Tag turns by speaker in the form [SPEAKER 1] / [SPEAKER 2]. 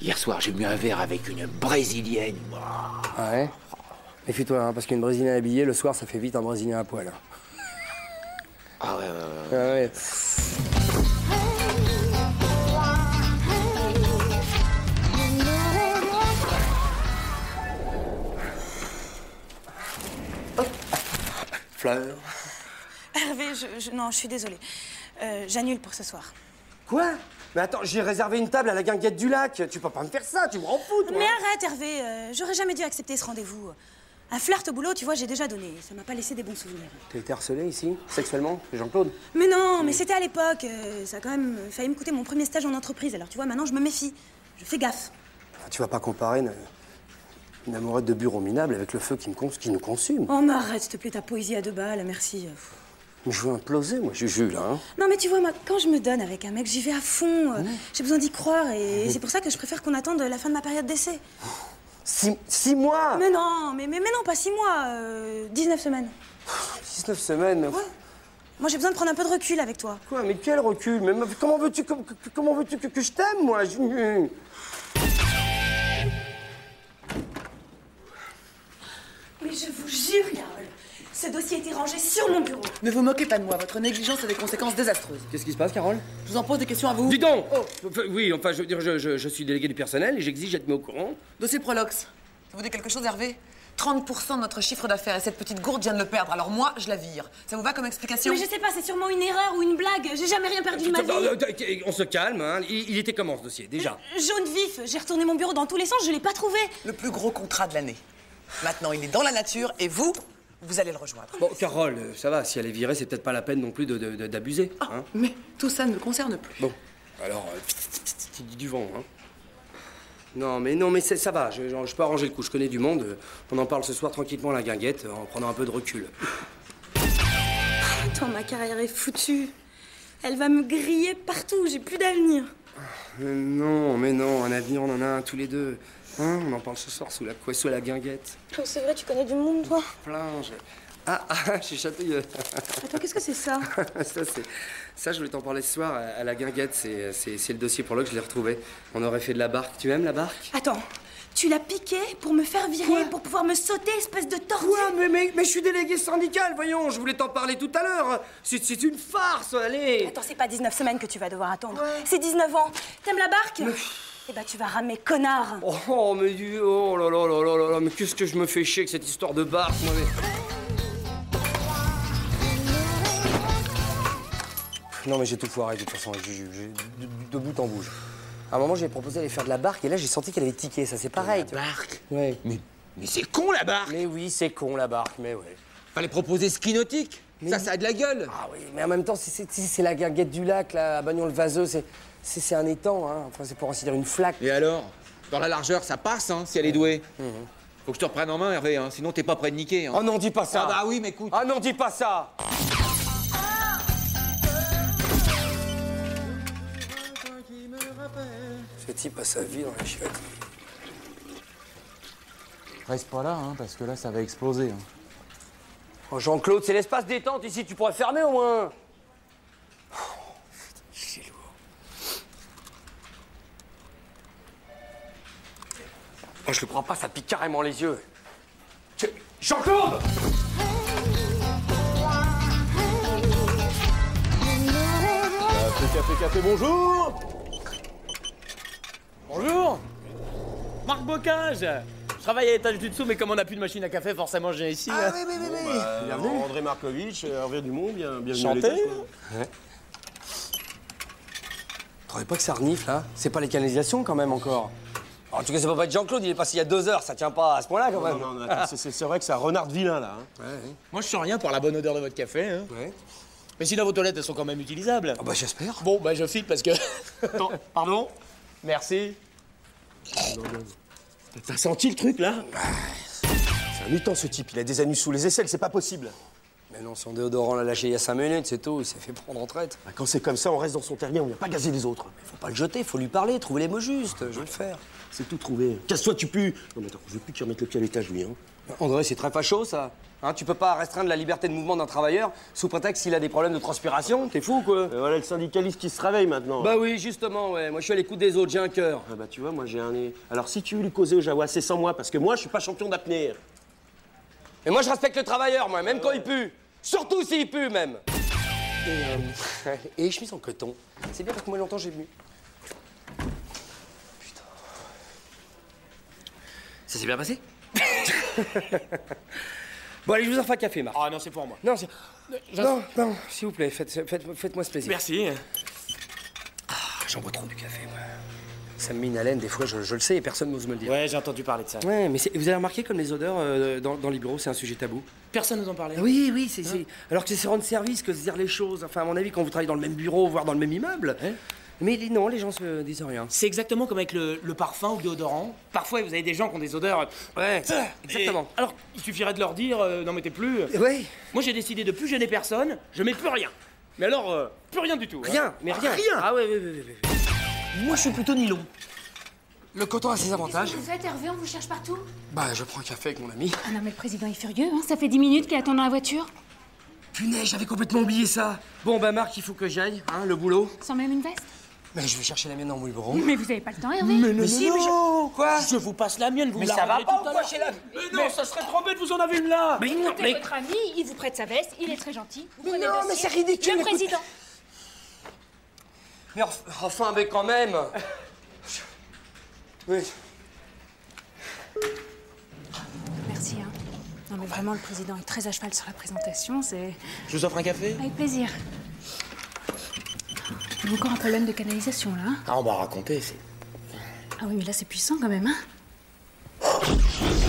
[SPEAKER 1] Hier soir, j'ai bu un verre avec une brésilienne.
[SPEAKER 2] Ah Ouais. Méfie-toi, hein, parce qu'une Brésilienne habillée, le soir, ça fait vite un Brésilien à poil.
[SPEAKER 1] Ah ouais, ouais, ouais.
[SPEAKER 2] Ah ouais.
[SPEAKER 1] Fleur.
[SPEAKER 3] Hervé, je, je- non, je suis désolée. Euh, J'annule pour ce soir.
[SPEAKER 2] Quoi Mais attends, j'ai réservé une table à la guinguette du lac. Tu peux pas me faire ça, tu me rends fou, toi.
[SPEAKER 3] Mais arrête, Hervé. euh, J'aurais jamais dû accepter ce rendez-vous. Un flirt au boulot, tu vois, j'ai déjà donné. Ça m'a pas laissé des bons souvenirs.
[SPEAKER 2] T'as été harcelé ici, sexuellement, Jean-Claude
[SPEAKER 3] Mais non, mais c'était à l'époque. euh, ça a quand même failli me coûter mon premier stage en entreprise. Alors tu vois, maintenant, je me méfie. Je fais gaffe.
[SPEAKER 2] Ah, Tu vas pas comparer une, une amourette de bureau minable avec le feu qui, me cons- qui nous consume.
[SPEAKER 3] Oh, mais arrête, s'il te plaît, ta poésie à deux balles, merci.
[SPEAKER 2] Mais Je veux imploser, moi, Juju, là. hein.
[SPEAKER 3] Non, mais tu vois, moi, quand je me donne avec un mec, j'y vais à fond. euh, J'ai besoin d'y croire et c'est pour ça que je préfère qu'on attende la fin de ma période d'essai.
[SPEAKER 2] Six, six mois
[SPEAKER 3] Mais non, mais, mais, mais non, pas six mois, euh, 19 semaines.
[SPEAKER 2] 19 semaines
[SPEAKER 3] Moi, j'ai besoin de prendre un peu de recul avec toi.
[SPEAKER 2] Quoi Mais quel recul Mais meuf, comment veux-tu que, que- comment veux-tu que, que je t'aime, moi Juju
[SPEAKER 3] Mais je vous jure, Yarol, ce dossier a été rangé sur mon bureau.
[SPEAKER 4] Ne vous moquez pas de moi, votre négligence a des conséquences désastreuses.
[SPEAKER 2] Qu'est-ce qui se passe, Carole
[SPEAKER 4] Je vous en pose des questions à vous.
[SPEAKER 2] Dis donc Enfin, Oui, enfin, je veux dire, je, je- je suis délégué du personnel et j'exige être mis au courant.
[SPEAKER 4] Dossier Prolox. Ça vous dit quelque chose, Hervé 30% de notre chiffre d'affaires et cette petite gourde vient de le perdre, alors moi, je la vire. Ça vous va comme explication
[SPEAKER 3] Mais je sais pas, c'est sûrement une erreur ou une blague. J'ai jamais rien perdu de ma
[SPEAKER 2] Attends,
[SPEAKER 3] vie.
[SPEAKER 2] attends, bah, On se calme, hein. il, il était comment ce dossier, déjà
[SPEAKER 3] Jaune vif, j'ai retourné mon bureau dans tous les sens, je l'ai pas trouvé.
[SPEAKER 4] Le plus gros contrat de l'année. Maintenant, il est dans la nature et vous, vous allez le rejoindre.
[SPEAKER 2] Bon, Carole, euh, ça va, si elle est virée, c'est peut-être pas la peine non plus de- de- de- d'abuser.
[SPEAKER 4] Ah,
[SPEAKER 2] hein.
[SPEAKER 4] mais tout ça ne me concerne plus.
[SPEAKER 2] Bon, alors, euh, pst, pst, pst, tu dis du vent, hein Non, mais non, mais c'est- ça va, je, je peux arranger le coup, je connais du monde. euh, On en parle ce soir tranquillement à la guinguette, euh, en prenant un peu de recul.
[SPEAKER 3] Attends, ma carrière est foutue. Elle va me griller partout, j'ai plus d'avenir.
[SPEAKER 2] Mais Euh, non, mais non, un avenir, on en a un tous les deux. Hein, on en parle ce soir sous la couesse à la guinguette.
[SPEAKER 3] Oh, c'est vrai, tu connais du monde, toi.
[SPEAKER 2] Plage. Ah, ah, j'ai échappé.
[SPEAKER 3] Attends, qu'est-ce que c'est ça
[SPEAKER 2] Ça, c'est... ça, je voulais t'en parler ce soir à- à la guinguette. C'est, c'est, c'est le dossier pour que je l'ai retrouvé. On aurait fait de la barque. Tu aimes la barque
[SPEAKER 3] Attends, tu l'as piqué pour me faire virer, pour pouvoir me sauter, espèce de tortue.
[SPEAKER 2] mais, mais, je suis délégué syndical, voyons. Je voulais t'en parler tout à l'heure. C'est, une farce, allez.
[SPEAKER 3] Attends, c'est pas 19 semaines que tu vas devoir attendre. C'est 19 ans. T'aimes la barque Eh bah, tu vas ramer, connard.
[SPEAKER 2] Oh, mais du. Oh là là là là là là. Mais qu'est-ce que je me fais chier avec cette histoire de barque, moi. Non, mais j'ai tout foiré de toute façon. avec Juju. J'ai- de, de- de bout en bout. À un moment, j'ai proposé d'aller faire de la barque et là, j'ai senti qu'elle avait tiqué. Ça, c'est pareil. tu vois.
[SPEAKER 5] Barque
[SPEAKER 2] Ouais.
[SPEAKER 5] Mais, mais c'est con la barque
[SPEAKER 2] Mais oui, c'est con la barque, mais ouais.
[SPEAKER 5] Fallait proposer ski nautique Ça, ça a de la gueule
[SPEAKER 2] Ah oui, mais en même temps, si c'est si c'est la guinguette du lac, là, à Bagnon-le-Vaseux, c'est- c'est c'est un étang, hein. Enfin, c'est pour ainsi dire une flaque.
[SPEAKER 5] Et alors Dans la largeur, ça passe, hein, si elle est douée. Faut que je te reprenne en main, Hervé, hein, sinon t'es pas prêt de niquer. hein.
[SPEAKER 2] Mhm. Oh non, dis pas ça
[SPEAKER 5] Ah bah oui, mais écoute.
[SPEAKER 2] Ah non, dis pas ça Ce type passe sa vie dans la chiotte.
[SPEAKER 5] Reste pas là, hein, parce que là, ça va exploser. hein.
[SPEAKER 2] Oh, Jean-Claude, c'est l'espace détente ici, tu pourrais fermer au moins Oh, putain, C'est lourd. Oh, je le crois pas, ça pique carrément les yeux. Je- Jean-Claude
[SPEAKER 6] Café, café, bonjour
[SPEAKER 7] Bonjour Marc Bocage Je travaille à l'étage du dessous, mais comme on n'a plus de machine à café, forcément je viens ici.
[SPEAKER 2] Ah
[SPEAKER 7] hein.
[SPEAKER 6] Bienvenue. Euh, André Markovitch, Hervé Dumont, bien, bienvenue
[SPEAKER 7] Chanté,
[SPEAKER 6] à l'étage.
[SPEAKER 2] T'aurais pas que ça renifle, là C'est pas les canalisations, quand même, encore Oh, En tout cas, c'est pas pas de Jean-Claude, il est passé il y a deux heures, ça tient pas à ce point-là, quand
[SPEAKER 6] Non,
[SPEAKER 2] même
[SPEAKER 6] non, non, attends, c'est- c'est c'est vrai que ça renarde vilain là. hein.
[SPEAKER 2] Ouais,
[SPEAKER 5] Moi, je sens rien pour la bonne odeur de votre café. hein.
[SPEAKER 2] ouais.
[SPEAKER 7] Mais sinon, vos toilettes, elles sont quand même utilisables.
[SPEAKER 2] bah j'espère.
[SPEAKER 7] Bon, bah je file parce que. Pardon Merci.
[SPEAKER 2] T'as senti le truc là
[SPEAKER 6] C'est un mutant ce type, il a des anus sous les aisselles, c'est pas possible.
[SPEAKER 2] Mais non, son déodorant l'a lâché il y a 5 minutes, c'est tout, il s'est fait prendre en traite.
[SPEAKER 6] Bah, quand c'est comme ça, on reste dans son terrier, on vient pas gazer les autres.
[SPEAKER 2] Faut pas le jeter, faut lui parler, trouver les mots justes, je vais le faire.
[SPEAKER 6] C'est tout trouvé. Casse-toi, tu pues Non mais attends, je veux plus qu'il remette le pied à l'étage lui, hein.
[SPEAKER 2] André, c'est très facho ça. Hein, tu peux pas restreindre la liberté de mouvement d'un travailleur sous prétexte qu'il a des problèmes de transpiration, t'es fou ou quoi
[SPEAKER 6] Euh, voilà le syndicaliste qui se réveille maintenant.
[SPEAKER 2] Bah oui, justement, ouais, moi je suis à l'écoute des autres, j'ai un cœur.
[SPEAKER 6] Ah bah tu vois, moi j'ai un nez. Alors si tu veux lui causer au Jawa, c'est sans moi, parce que moi je suis pas champion d'apnée.
[SPEAKER 2] Et moi je respecte le travailleur, moi, même quand il pue. Surtout s'il pue même. Et, euh, et chemise en coton. C'est bien parce que moi longtemps j'ai venu.
[SPEAKER 1] Ça s'est bien passé
[SPEAKER 2] Bon allez, je vous offre un café, Marc.
[SPEAKER 7] Ah non, c'est pour moi.
[SPEAKER 2] Non, c'est- non, non, s'il vous plaît, faites, faites- faites-moi ce plaisir. Ah,
[SPEAKER 7] Merci.
[SPEAKER 2] J'en bois trop du café, moi. Ça me met une haleine, des fois, je, je le sais, et personne n'ose me le dire.
[SPEAKER 7] Ouais, j'ai entendu parler de ça.
[SPEAKER 2] Ouais, mais c'est- vous avez remarqué comme les odeurs euh, dans, dans les bureaux, c'est un sujet tabou.
[SPEAKER 7] Personne nous en Hein? parlait.
[SPEAKER 2] Oui, oui, c'est, c'est- alors que c'est se rendre service que se dire les choses. Enfin, à mon avis, quand vous travaillez dans le même bureau, voire dans le même immeuble. mais les- non, les gens se disent rien.
[SPEAKER 7] Hein? C'est exactement comme avec le, le parfum ou le déodorant. Parfois, vous avez des gens qui ont des odeurs. euh,
[SPEAKER 2] Ouais,
[SPEAKER 7] Et-
[SPEAKER 2] exactement.
[SPEAKER 7] alors, il suffirait de leur dire, euh, n'en mettez plus.
[SPEAKER 2] Ouais,
[SPEAKER 7] Moi, j'ai décidé de plus gêner personne. Je mets plus rien. Mais alors, euh, plus rien du tout. hein.
[SPEAKER 2] rien, mais rien.
[SPEAKER 7] Rien.
[SPEAKER 2] Ah ouais, ouais, ouais, ouais, ouais.
[SPEAKER 7] Moi, je suis plutôt nylon.
[SPEAKER 2] Le coton a ses avantages.
[SPEAKER 8] Vous faites, Hervé, on vous cherche partout
[SPEAKER 2] Bah, je prends un café avec mon ami.
[SPEAKER 8] Ah non, mais le président est furieux, hein Ça fait 10 minutes qu'il attend dans la voiture,
[SPEAKER 2] Punaise, j'avais complètement oublié ça. Bon, bah, Marc, il faut que j'aille, hein, le boulot.
[SPEAKER 8] sans même une veste.
[SPEAKER 2] Mais je vais chercher la mienne dans mon bureau.
[SPEAKER 8] Mais vous avez pas le temps, Hervé
[SPEAKER 2] Mais si, mais je- quoi
[SPEAKER 7] Je vous passe la mienne, vous
[SPEAKER 2] Mais
[SPEAKER 7] me la
[SPEAKER 2] ça va
[SPEAKER 7] rendrez
[SPEAKER 2] pas
[SPEAKER 7] tout
[SPEAKER 2] ou
[SPEAKER 7] à
[SPEAKER 2] quoi,
[SPEAKER 7] l'heure.
[SPEAKER 2] chez la-
[SPEAKER 7] Mais non, ça serait trop bête, vous en avez une là
[SPEAKER 2] Mais non,
[SPEAKER 8] Écoutez
[SPEAKER 2] mais
[SPEAKER 8] votre ami, il vous prête sa veste, il est très gentil. Vous prenez
[SPEAKER 2] non,
[SPEAKER 8] le
[SPEAKER 2] mais
[SPEAKER 8] dossier.
[SPEAKER 2] c'est ridicule,
[SPEAKER 8] Le
[SPEAKER 2] écoute-
[SPEAKER 8] président
[SPEAKER 2] Mais enf- enfin, mais quand même Oui.
[SPEAKER 8] Merci, hein. Non, mais vraiment, le président est très à cheval sur la présentation, c'est...
[SPEAKER 7] Je vous offre un café
[SPEAKER 8] Avec plaisir. Il y a encore un problème de canalisation, là. hein
[SPEAKER 7] Ah, on m'a raconté, c'est...
[SPEAKER 8] Ah oui, mais là, c'est puissant, quand même, hein